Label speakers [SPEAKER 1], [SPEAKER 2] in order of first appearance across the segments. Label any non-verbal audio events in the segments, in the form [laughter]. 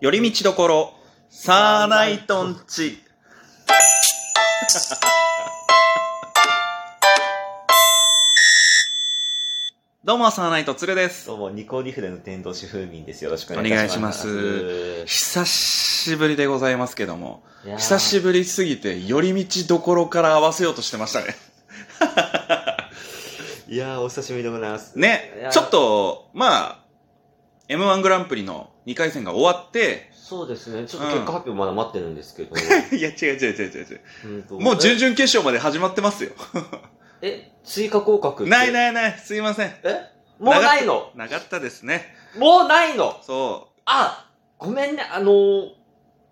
[SPEAKER 1] 寄り道どころ、サーナイトンチ。 [laughs] どうも、サーナイトつるです。
[SPEAKER 2] どうも、ニコニフレの天童主風民です。よろし
[SPEAKER 1] お
[SPEAKER 2] くお
[SPEAKER 1] 願
[SPEAKER 2] 願
[SPEAKER 1] い
[SPEAKER 2] い
[SPEAKER 1] いたし
[SPEAKER 2] し
[SPEAKER 1] ま
[SPEAKER 2] ますす。
[SPEAKER 1] 久しぶりでございますけども、
[SPEAKER 2] いやー
[SPEAKER 1] 久しぶりすぎて、寄り道どころから合わせようとしてましたね。
[SPEAKER 2] いやー、お久しぶりでございます。い
[SPEAKER 1] ね
[SPEAKER 2] や、ー
[SPEAKER 1] ちょっと、まあ、M1 グランプリの2回戦が終わって、
[SPEAKER 2] そうですね。ちょっ
[SPEAKER 1] う
[SPEAKER 2] と
[SPEAKER 1] ん
[SPEAKER 2] 結果発表まだ待ってるんですけ
[SPEAKER 1] [laughs]
[SPEAKER 2] ど。
[SPEAKER 1] いや、違う違う違う違う違う。
[SPEAKER 2] うんと
[SPEAKER 1] もう準々決勝まで始まってますよ。
[SPEAKER 2] え、え追加降格って
[SPEAKER 1] ない
[SPEAKER 2] い。
[SPEAKER 1] ないない、すいません。
[SPEAKER 2] えもうないの
[SPEAKER 1] なかったですね。
[SPEAKER 2] もうないの
[SPEAKER 1] そ
[SPEAKER 2] あごめんね、あのー、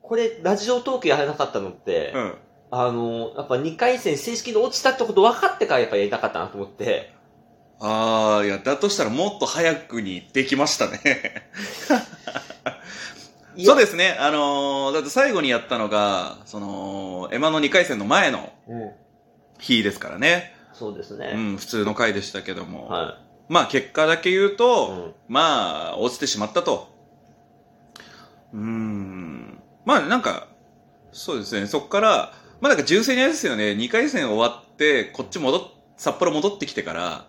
[SPEAKER 2] これ、ラジオトークやらなかったのって、
[SPEAKER 1] う。うん。
[SPEAKER 2] あのー、やっぱ2回戦正式に落ちたってこと分かってからやっぱやりたかったなと思って。
[SPEAKER 1] ああ、いや、だとしたらもっと早くにできましたね。
[SPEAKER 2] いや
[SPEAKER 1] そうですね。あのーだって最後にやったのが、その、エマの2回戦の前の
[SPEAKER 2] うん。
[SPEAKER 1] 日ですからね。
[SPEAKER 2] そうです
[SPEAKER 1] う
[SPEAKER 2] ね。
[SPEAKER 1] ん、普通の回でしたけども。
[SPEAKER 2] は
[SPEAKER 1] まあ、結果だけ言う
[SPEAKER 2] い。う
[SPEAKER 1] と、
[SPEAKER 2] ん。
[SPEAKER 1] まあ、落ちてしまったと。うーん。まあ、なんか、そうですね。そこから、まあなんか重戦にあれですよね。2回戦終わって、こっち戻っ、札幌戻ってきてから、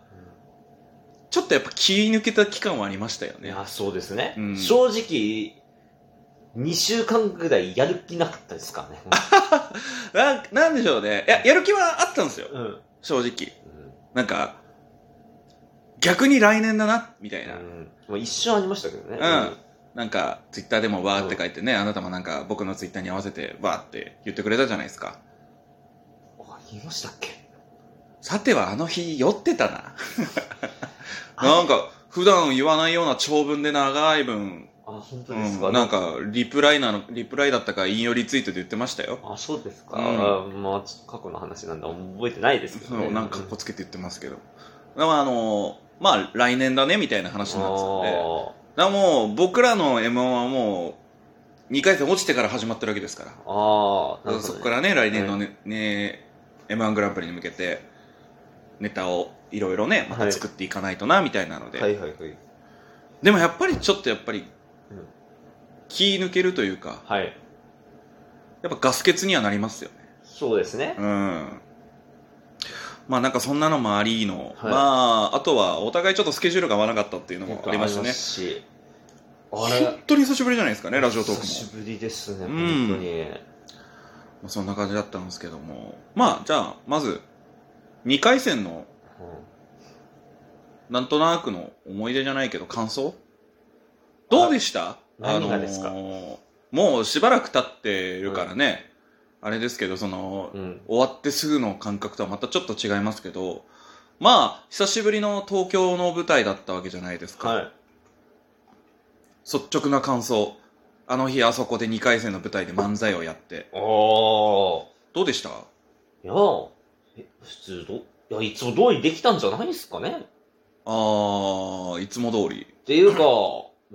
[SPEAKER 1] ちょっとやっぱ気抜けた期間はありましたよ
[SPEAKER 2] い
[SPEAKER 1] ね。
[SPEAKER 2] や、そうですね。
[SPEAKER 1] うん
[SPEAKER 2] 正直、2週間ぐらいやる気なかったですから
[SPEAKER 1] [laughs]
[SPEAKER 2] ね。
[SPEAKER 1] ななんでしょうね。いや、やる気はあったんですよ。
[SPEAKER 2] うん。うん
[SPEAKER 1] 正直。なんか、逆に来年だな、みたいな。
[SPEAKER 2] まあ、一瞬ありましたけどね。
[SPEAKER 1] うんなんか、ツイッターでもわーって書いてね、あなたもなんか僕のツイッターに合わせてわーって言ってくれたじゃないですか。
[SPEAKER 2] あ言いましたっけ
[SPEAKER 1] さてはあの日酔ってたな。なんか、普段言わないような長文で長い分、
[SPEAKER 2] あ、本当
[SPEAKER 1] う
[SPEAKER 2] ですか、
[SPEAKER 1] ん、なんか、リプライなの、リプライだったか引用リツイートで言ってましたよ。
[SPEAKER 2] あ、そうですか。
[SPEAKER 1] う
[SPEAKER 2] あまあ、ちょっと過去の話なんだ。覚えてないですけ
[SPEAKER 1] そ
[SPEAKER 2] ど、ね。
[SPEAKER 1] う、なんか、こつけて言ってますけど。まあ、あの、まあ、来年だね、みたいな話になってたんで。だか
[SPEAKER 2] あ
[SPEAKER 1] らもう、僕らの M1 はもう、2回戦落ちてから始まってるわけですから。
[SPEAKER 2] あ、ああ、なるほどね
[SPEAKER 1] そこからね、来年のね、ね M1 グランプリに向けて、ネタをいろいろね、また作っていかないとな、みたいなので。
[SPEAKER 2] はいはいはい。
[SPEAKER 1] でもやっぱりちょっとやっぱり
[SPEAKER 2] うん、
[SPEAKER 1] 気抜けるというか、
[SPEAKER 2] はい。
[SPEAKER 1] やっぱガス欠にはなりますよね。
[SPEAKER 2] そうですね
[SPEAKER 1] う。ん。まあなんかそんなのもありの、
[SPEAKER 2] はい
[SPEAKER 1] まあ、あとはお互いちょっとスケジュールが合わなかったっていうのもありました
[SPEAKER 2] あ
[SPEAKER 1] ね
[SPEAKER 2] りま。すしあ
[SPEAKER 1] 本当に久しぶりじゃないです [laughs] かね、ラジオトー
[SPEAKER 2] 久し
[SPEAKER 1] ク
[SPEAKER 2] ぶりですね、
[SPEAKER 1] う
[SPEAKER 2] 本
[SPEAKER 1] ん
[SPEAKER 2] 当
[SPEAKER 1] も。
[SPEAKER 2] に。
[SPEAKER 1] まあそんな感じだったんですけども。まあ、じゃあ、まず、2回戦の、
[SPEAKER 2] うん
[SPEAKER 1] なんとなくの思い出じゃないけど、感想どうでした
[SPEAKER 2] 何がですか
[SPEAKER 1] あのーもうしばらく経ってるからね、あれですけど、その、
[SPEAKER 2] うん。
[SPEAKER 1] 終わってすぐの感覚とはまたちょっと違いますけど、まあ、久しぶりの東京の舞台だったわけじゃないですか。
[SPEAKER 2] はい。
[SPEAKER 1] 率直な感想。あの日、あそこで2回戦の舞台で漫才をやって。
[SPEAKER 2] ああ。
[SPEAKER 1] どうでした
[SPEAKER 2] いやあえ、普通ど、いや、いつも通りできたんじゃないですかね
[SPEAKER 1] あー、いつも通り。
[SPEAKER 2] って
[SPEAKER 1] [laughs]
[SPEAKER 2] いうか、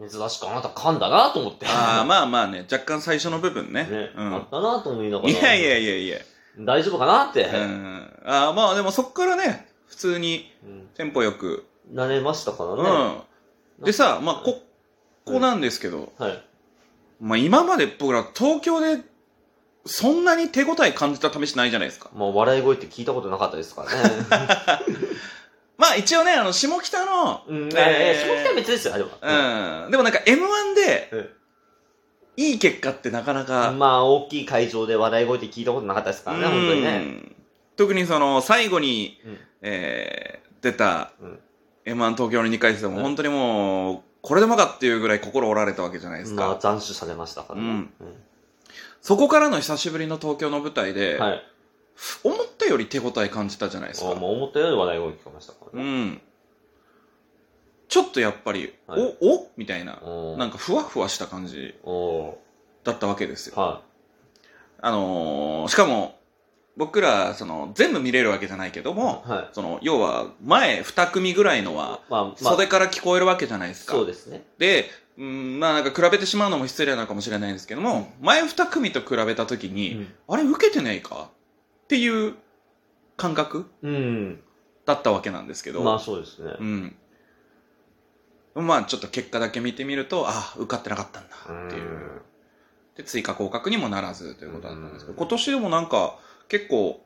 [SPEAKER 2] 珍しくあなた噛んだなと思って。
[SPEAKER 1] あー、まあまあね、若干最初の部分ね。
[SPEAKER 2] ね、
[SPEAKER 1] う
[SPEAKER 2] あ
[SPEAKER 1] ん
[SPEAKER 2] っ。たなと思いながら。
[SPEAKER 1] いやいやいやいや。
[SPEAKER 2] 大丈夫かなって。
[SPEAKER 1] うん。あー、まあでもそっからね、普通に
[SPEAKER 2] うん
[SPEAKER 1] テンポよく。
[SPEAKER 2] 慣れましたから
[SPEAKER 1] う
[SPEAKER 2] ね。
[SPEAKER 1] ん。でさ、まあ、ここなんですけど、
[SPEAKER 2] はい。
[SPEAKER 1] まあ、今まで僕ら東京でそんなに手応え感じた試しないじゃないですか。
[SPEAKER 2] まあ、笑い声って聞いたことなかったで
[SPEAKER 1] [laughs]
[SPEAKER 2] すからね。
[SPEAKER 1] まあ一応ね、あの、下北の、
[SPEAKER 2] うん。
[SPEAKER 1] ね
[SPEAKER 2] ええ、その時は別ですよ、あれは。
[SPEAKER 1] うん、でもなんか M1 で
[SPEAKER 2] え、
[SPEAKER 1] いい結果ってなかなか、
[SPEAKER 2] まあ、大きい会場で笑い声って聞いたことなかったですからね、本当にね。
[SPEAKER 1] うん特にその、最後に、
[SPEAKER 2] うん
[SPEAKER 1] えー出た
[SPEAKER 2] うん
[SPEAKER 1] M1 東京の2回戦も、
[SPEAKER 2] うん
[SPEAKER 1] 本当にもう、これでもかっていうぐらい心折られたわけじゃないですか。
[SPEAKER 2] まあ、斬首されましたからね。
[SPEAKER 1] うん
[SPEAKER 2] うん
[SPEAKER 1] そこからの久しぶりの東京の舞台で、
[SPEAKER 2] はい。
[SPEAKER 1] 思ったより手応え感じたじゃないです
[SPEAKER 2] あ
[SPEAKER 1] か。
[SPEAKER 2] まあ、思ったより笑い声聞こえましたから
[SPEAKER 1] う
[SPEAKER 2] ね。
[SPEAKER 1] ん。ちょっとやっぱり、
[SPEAKER 2] はい
[SPEAKER 1] お、おみたいな、
[SPEAKER 2] おー
[SPEAKER 1] なんかふわふわした感じ
[SPEAKER 2] お
[SPEAKER 1] だったわけですよ。
[SPEAKER 2] ーはい。
[SPEAKER 1] あのーしかも、僕ら、その、全部見れるわけじゃないけども、
[SPEAKER 2] はい。
[SPEAKER 1] その、要は、前2組ぐらいのは、
[SPEAKER 2] まあ、まあ、
[SPEAKER 1] 袖から聞こえるわけじゃないですか。
[SPEAKER 2] そうですね。
[SPEAKER 1] で、うん、まあなんか比べてしまうのも失礼なのかもしれないんですけども、前2組と比べたときに、あれ受けてないかっていう感覚
[SPEAKER 2] うん。
[SPEAKER 1] だったわけなんですけど、
[SPEAKER 2] まあそうですね
[SPEAKER 1] う。ん。まあちょっと結果だけ見てみると、ああ、受かってなかったんだっていう。で、追加降格にもならずということだったんですけど、
[SPEAKER 2] うん
[SPEAKER 1] 今年でもなんか、結構、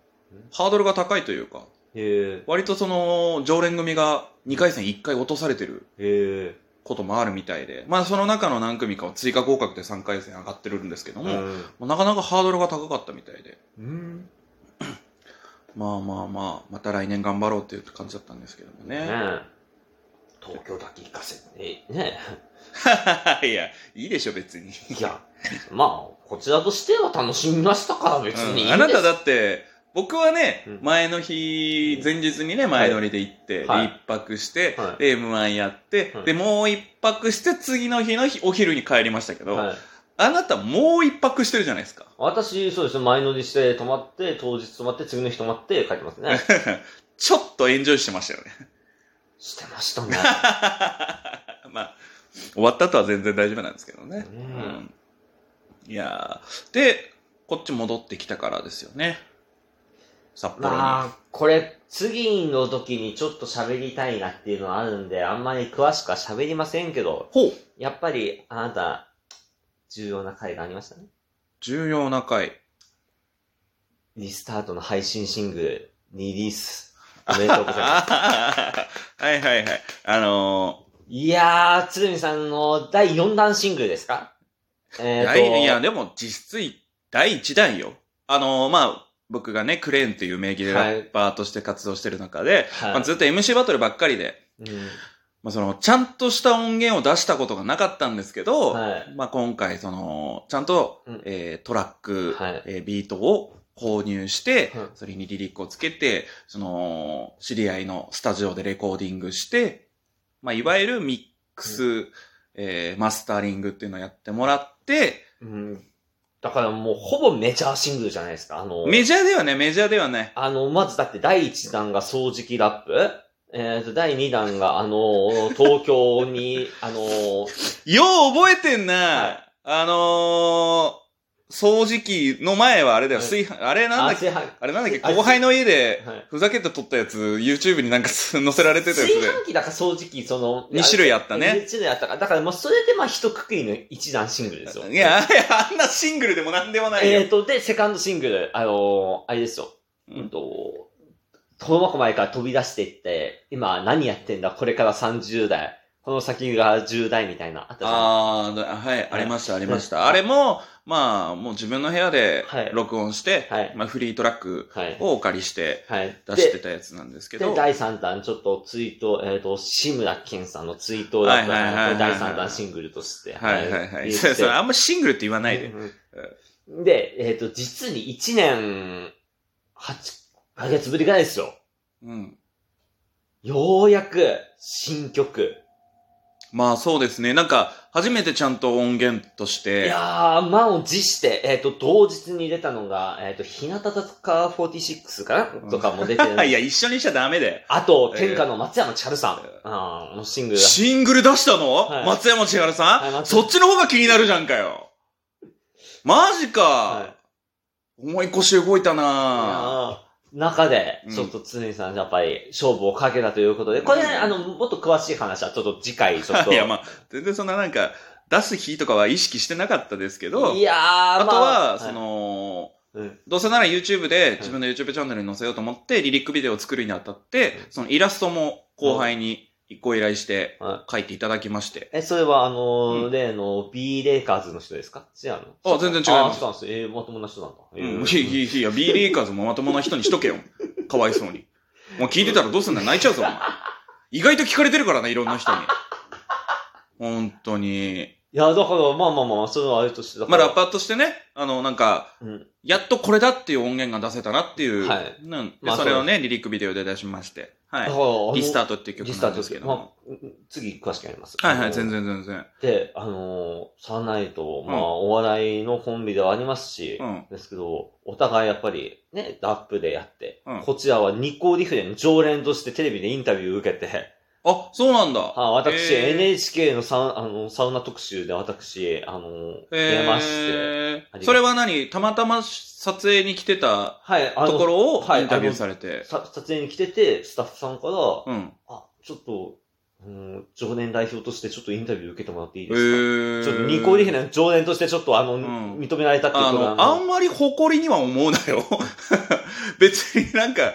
[SPEAKER 1] ハードルが高いというか、
[SPEAKER 2] へえ。
[SPEAKER 1] 割とその、常連組が2回戦1回落とされてる
[SPEAKER 2] へえ。
[SPEAKER 1] こともあるみたいで、まあその中の何組かは追加合格で3回戦上がってるんですけども、
[SPEAKER 2] うん。
[SPEAKER 1] もうなかなかハードルが高かったみたいで、
[SPEAKER 2] うん。
[SPEAKER 1] まあまあまあ、また来年頑張ろうっていう感じだったんですけども
[SPEAKER 2] ね
[SPEAKER 1] ね。
[SPEAKER 2] え東京だけ行かせて、ね
[SPEAKER 1] [laughs] いや、いいでしょ別に。
[SPEAKER 2] え。いや、まあ、こちらとしては楽しみましたから、別にいいん
[SPEAKER 1] う
[SPEAKER 2] で
[SPEAKER 1] ん
[SPEAKER 2] す。
[SPEAKER 1] あなただって、僕はね、
[SPEAKER 2] うん
[SPEAKER 1] 前の日、前日にね、前乗りで行って、
[SPEAKER 2] はい
[SPEAKER 1] で一泊して、
[SPEAKER 2] はい
[SPEAKER 1] で、M1 やって、
[SPEAKER 2] はい
[SPEAKER 1] で、もう一泊して、次の日の日お昼に帰りましたけど、
[SPEAKER 2] はい、
[SPEAKER 1] あなたもう一泊してるじゃないですか。
[SPEAKER 2] 私、そうですね、前乗りして泊まって、当日泊まって、次の日泊まって帰ってます
[SPEAKER 1] [laughs]
[SPEAKER 2] ね。
[SPEAKER 1] ちょっとエンジョイしてましたよね。
[SPEAKER 2] してまし
[SPEAKER 1] [laughs]
[SPEAKER 2] たね。
[SPEAKER 1] まあ、終わった後は全然大丈夫なんですけどね。
[SPEAKER 2] うん
[SPEAKER 1] うんいやーで、こっち戻ってきたからですよね。札幌に。
[SPEAKER 2] まあ、これ、次の時にちょっと喋りたいなっていうのはあるんで、あんまり詳しくは喋りませんけど、
[SPEAKER 1] ほう
[SPEAKER 2] やっぱり、あなた、重要な回がありましたね。
[SPEAKER 1] 重要な回。
[SPEAKER 2] リスタートの配信シングル、リリース。おめでとうござ
[SPEAKER 1] [laughs]
[SPEAKER 2] います。
[SPEAKER 1] はいはいはい。あの
[SPEAKER 2] いやー、鶴見さんの第4弾シングルですか
[SPEAKER 1] ー
[SPEAKER 2] えーと、
[SPEAKER 1] 第いや、でも実質第1弾よ。あのーまあ、僕がね、クレーンっていう名義でラッパーとして活動してる中で、
[SPEAKER 2] はい
[SPEAKER 1] まあ、ずっと MC バトルばっかりで、
[SPEAKER 2] うん
[SPEAKER 1] まあ、その、ちゃんとした音源を出したことがなかったんですけど、
[SPEAKER 2] は
[SPEAKER 1] [laughs]
[SPEAKER 2] い
[SPEAKER 1] まあ、今回、その、ちゃんと、
[SPEAKER 2] うん
[SPEAKER 1] えートラック、
[SPEAKER 2] はい
[SPEAKER 1] えービートを購入して、
[SPEAKER 2] はい
[SPEAKER 1] それにリリックをつけて、その、知り合いのスタジオでレコーディングして、まあ、いわゆるミックス、えーマスタリングっていうのをやってもらって、
[SPEAKER 2] うん。だからもうほぼメジャーシングルじゃないですか。あの、
[SPEAKER 1] メジャーではね、メジャーではね、
[SPEAKER 2] あの、まずだって第1弾が掃除機ラップ。えーと、第2弾が、あの、東京
[SPEAKER 1] [laughs]
[SPEAKER 2] に、あの、
[SPEAKER 1] よう覚えてんな、
[SPEAKER 2] はい
[SPEAKER 1] あのー掃除機の前はあれだよ、
[SPEAKER 2] はい
[SPEAKER 1] 炊飯、あれなんだっけ
[SPEAKER 2] 汗は
[SPEAKER 1] あれなんだっけ
[SPEAKER 2] あ
[SPEAKER 1] 後輩の家で、
[SPEAKER 2] はい
[SPEAKER 1] ふざけて撮ったやつ、YouTube になんか [laughs] す載せられてたやつ
[SPEAKER 2] 炊
[SPEAKER 1] で、
[SPEAKER 2] 飯器だから掃除機、その、
[SPEAKER 1] 2種類あったね。
[SPEAKER 2] 2種類あったから、だからもうそれでまあ一括りの1弾シングルですよ。
[SPEAKER 1] いや、いやあんなシングルでもなんでもないよ。
[SPEAKER 2] えーと、で、セカンドシングル、あのーあれですよ。
[SPEAKER 1] うん
[SPEAKER 2] うんと、トロマコ前から飛び出していって、今何やってんだ、これから30代、この先が10代みたいな、あったじゃん
[SPEAKER 1] あーだはい、ありました、ありました。あれも、まあ、もう自分の部屋で
[SPEAKER 2] はい
[SPEAKER 1] 録音して、
[SPEAKER 2] はい
[SPEAKER 1] まあ、フリートラック
[SPEAKER 2] はい。
[SPEAKER 1] をお借りして
[SPEAKER 2] はい。
[SPEAKER 1] 出してたやつなんですけ
[SPEAKER 2] で、
[SPEAKER 1] ど、
[SPEAKER 2] で
[SPEAKER 1] はい
[SPEAKER 2] 第3弾、ちょっとツイート、えっ、と、志村けんさんのツイートだった
[SPEAKER 1] はいはいはいはい
[SPEAKER 2] ので、第3弾シングルとして。
[SPEAKER 1] はいはい。
[SPEAKER 2] 言っ
[SPEAKER 1] そ
[SPEAKER 2] て
[SPEAKER 1] れそれあんまシングルって言わないで。
[SPEAKER 2] うんうんで、えっ、と、実に1年8ヶ月ぶりぐらいですよ。
[SPEAKER 1] うん。
[SPEAKER 2] ようやく新曲。
[SPEAKER 1] まあそうですね。なんか、初めてちゃんと音源とし
[SPEAKER 2] い
[SPEAKER 1] て、
[SPEAKER 2] やー、満を持して、えっ、と、同日に出たのが、えっ、と、日向坂46かなとかも出て
[SPEAKER 1] [laughs]
[SPEAKER 2] る。
[SPEAKER 1] いや、一緒にしちゃダメだよ。
[SPEAKER 2] あと、天下の松山千春さん。あーのシングルだ。
[SPEAKER 1] シングル出したの、
[SPEAKER 2] はい
[SPEAKER 1] 松山千春さん、
[SPEAKER 2] はい松
[SPEAKER 1] そっちの方が気になるじゃんかよ。マジか、
[SPEAKER 2] はい
[SPEAKER 1] 思い越し動いた
[SPEAKER 2] い
[SPEAKER 1] なぁ
[SPEAKER 2] やー中で
[SPEAKER 1] う、ん
[SPEAKER 2] ちょっと常さん、やっぱり、勝負をかけたということで、これ、
[SPEAKER 1] うん
[SPEAKER 2] あの、もっと詳しい話は、ちょっと次回、ちょっ
[SPEAKER 1] [laughs]
[SPEAKER 2] と。
[SPEAKER 1] いや、まあ、全然そんななんか、出す日とかは意識してなかったですけど、
[SPEAKER 2] いやー、まあ、
[SPEAKER 1] あとは、
[SPEAKER 2] い
[SPEAKER 1] そ、の、
[SPEAKER 2] うん
[SPEAKER 1] どうせなら YouTube で自分の YouTube チャンネルに載せようと思って、リリックビデオを作るにあたって、そのイラストも後輩にご依頼して
[SPEAKER 2] は
[SPEAKER 1] 書いていただきまして。
[SPEAKER 2] え、それは、あのー
[SPEAKER 1] うん
[SPEAKER 2] 例の、B レイカーズの人ですか違うの
[SPEAKER 1] あ全然違います
[SPEAKER 2] あ違うんです。えー、まともな人なんだ。え
[SPEAKER 1] うん、
[SPEAKER 2] ー
[SPEAKER 1] いやいやいや、B リーカーズもまともな人にしとけよ。 [laughs] かわいそうに。もう聞いてたらどうすんだよ泣いちゃうぞ、お前。意外と聞かれてるからな、いろんな人に。本当に。
[SPEAKER 2] いや、だから、まあまあまあ、それはあれとして、だ
[SPEAKER 1] ま
[SPEAKER 2] か
[SPEAKER 1] あ、ラ
[SPEAKER 2] ら、
[SPEAKER 1] ッパーとしてね、あの、なんか、
[SPEAKER 2] うん
[SPEAKER 1] やっとこれだっていう音源が出せたなっていう。
[SPEAKER 2] はい
[SPEAKER 1] なんで
[SPEAKER 2] まあ
[SPEAKER 1] それをね、リリックビデオで出しまして。は
[SPEAKER 2] だから
[SPEAKER 1] い。
[SPEAKER 2] あの
[SPEAKER 1] リスタートっていう曲
[SPEAKER 2] リスタ
[SPEAKER 1] なん
[SPEAKER 2] ー
[SPEAKER 1] で
[SPEAKER 2] トですすけ
[SPEAKER 1] けど
[SPEAKER 2] ど、
[SPEAKER 1] も。
[SPEAKER 2] まあ、うん次詳しくやります。
[SPEAKER 1] はいはい、全
[SPEAKER 2] 然。
[SPEAKER 1] 然全然。
[SPEAKER 2] で、あのー、サナイと、まあ、
[SPEAKER 1] うん
[SPEAKER 2] お笑いのコンビではありますし、
[SPEAKER 1] うん。
[SPEAKER 2] ですけど、お互いやっぱり、ね、ラップでやって、
[SPEAKER 1] うん
[SPEAKER 2] こちらは日光リフレの常連としてテレビでインタビューを受
[SPEAKER 1] [laughs]
[SPEAKER 2] けて、
[SPEAKER 1] あ、そうなんだ。
[SPEAKER 2] は私、
[SPEAKER 1] へー
[SPEAKER 2] NHK のサウあのサウナ特集で私、あの、
[SPEAKER 1] えー
[SPEAKER 2] 出まして、ありがとう
[SPEAKER 1] それは何たまたま撮影に来てた
[SPEAKER 2] はい、あの、
[SPEAKER 1] ところを
[SPEAKER 2] はい
[SPEAKER 1] インタビューされて。
[SPEAKER 2] さ撮影に来てて、スタッフさんから、
[SPEAKER 1] うん。
[SPEAKER 2] あ、ちょっと、うん、常年代表としてちょっとインタビュー受けてもらっていい
[SPEAKER 1] え
[SPEAKER 2] ですか、
[SPEAKER 1] ー、
[SPEAKER 2] ちょっとニコリーヘの常連としてちょっとあの、
[SPEAKER 1] ん
[SPEAKER 2] 認められたっていう
[SPEAKER 1] あ
[SPEAKER 2] ことな
[SPEAKER 1] の、あんまり誇りには思うなよ。 [laughs] 別になんか、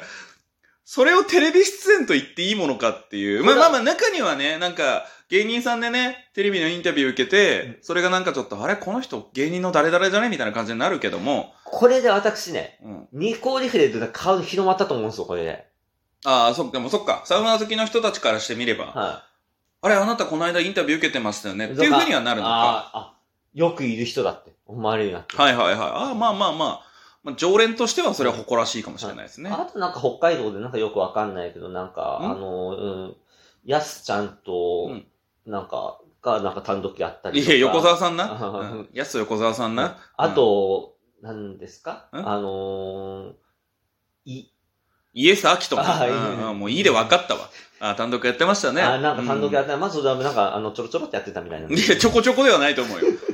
[SPEAKER 1] それをテレビ出演と言っていいものかっていう。まあ
[SPEAKER 2] これ
[SPEAKER 1] ま
[SPEAKER 2] は
[SPEAKER 1] あまあ中にはね、なんか芸人さんでね、テレビのインタビュー受けて、それがなんかちょっと、あれこの人芸人の誰々じゃねみたいな感じになるけども。
[SPEAKER 2] これで私ね、
[SPEAKER 1] うん。
[SPEAKER 2] ニコリーヘで顔広まったと思うんですよ、これで。
[SPEAKER 1] ああ、そっか、でもそっか。サウナ好きの人たちからしてみれば、
[SPEAKER 2] は
[SPEAKER 1] あれあなたこの間インタビュー受けてましたよね。
[SPEAKER 2] い。
[SPEAKER 1] っていうふうにはなるのか。
[SPEAKER 2] あーあ、よくいる人だって思われるようになって。
[SPEAKER 1] はいはいはい。ああ、まあまあまあ。まあ、常連としてはそれは誇らしいかもしれないですね。
[SPEAKER 2] あとなんか北海道でなんかよくわかんないけど、なんか、
[SPEAKER 1] ん
[SPEAKER 2] あの、うん、やすちゃんと
[SPEAKER 1] うん、
[SPEAKER 2] なんか、が、なんか単独やったり
[SPEAKER 1] い
[SPEAKER 2] とか。
[SPEAKER 1] や、横澤さん
[SPEAKER 2] あはは
[SPEAKER 1] な。うんやす横澤さんな。
[SPEAKER 2] あと、何ですか
[SPEAKER 1] ん
[SPEAKER 2] あのー、い、
[SPEAKER 1] イエス・アキトン。
[SPEAKER 2] あいいね
[SPEAKER 1] うんうんもういいで分かったわ。あ単独やってましたね。
[SPEAKER 2] あ、なんか単独や
[SPEAKER 1] っ
[SPEAKER 2] ったり、まず、なんか、あの、ちょろちょろってやってたみたいな。
[SPEAKER 1] いや、ちょこちょこではないと思うよ。 [laughs]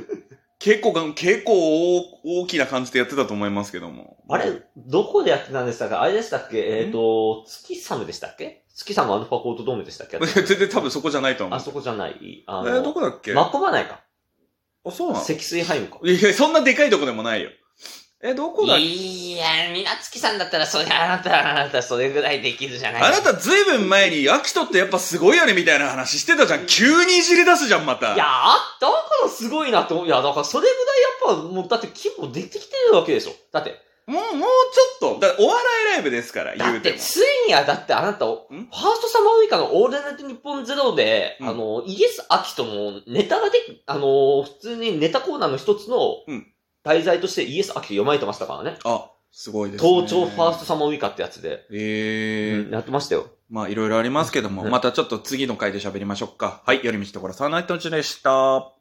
[SPEAKER 1] 結構が、結構大大きな感じでやってたと思いますけども。
[SPEAKER 2] あれ、どこでやってたんでしたかあれでしたっけえっ、と、月サムでしたっけ月サムアルファコートドームでしたっけ
[SPEAKER 1] [laughs] 全然多分そこじゃないと思
[SPEAKER 2] あ
[SPEAKER 1] う。
[SPEAKER 2] そこじゃない。
[SPEAKER 1] え
[SPEAKER 2] あ
[SPEAKER 1] ーどこだっけ
[SPEAKER 2] マ
[SPEAKER 1] あ、
[SPEAKER 2] コバないか。
[SPEAKER 1] そうなの
[SPEAKER 2] 積水ハイムか。
[SPEAKER 1] いや、そんなでかいとこでもないよ。え、どこだっけ
[SPEAKER 2] いや、みなつきさんだったら、それ、あなたら、あなた、それぐらいできるじゃな
[SPEAKER 1] あなたずいぶん前に、アキトってやっぱすごいよねみたいな話してたじゃん。急にいじり出すじゃん、また。
[SPEAKER 2] いや、あだからすごいなって思う。いや、だからそれぐらいやっぱ、もう、だって規模出てきてるわけでしょ。だって、
[SPEAKER 1] もう、もうちょっと。だからお笑いライブですから、
[SPEAKER 2] だ
[SPEAKER 1] 言
[SPEAKER 2] っ
[SPEAKER 1] うて
[SPEAKER 2] て、
[SPEAKER 1] も。
[SPEAKER 2] ついには、だってあなた、ファーストサマーウイカのオールナイトニッポンゼロで、
[SPEAKER 1] うん
[SPEAKER 2] あの、イエス・アキトのネタができ、あの、普通にネタコーナーの一つの
[SPEAKER 1] うん、
[SPEAKER 2] 題材としてイエス・アキト読まれてましたからね。
[SPEAKER 1] あ、すごいですね。
[SPEAKER 2] 盗聴ファーストサマーウイカってやつで、
[SPEAKER 1] えー。
[SPEAKER 2] うんやってましたよ。
[SPEAKER 1] まあ、いろいろありますけども、
[SPEAKER 2] うん
[SPEAKER 1] またちょっと次の回で喋りましょうか。はい、寄り道ところ、サーナイトンチでした。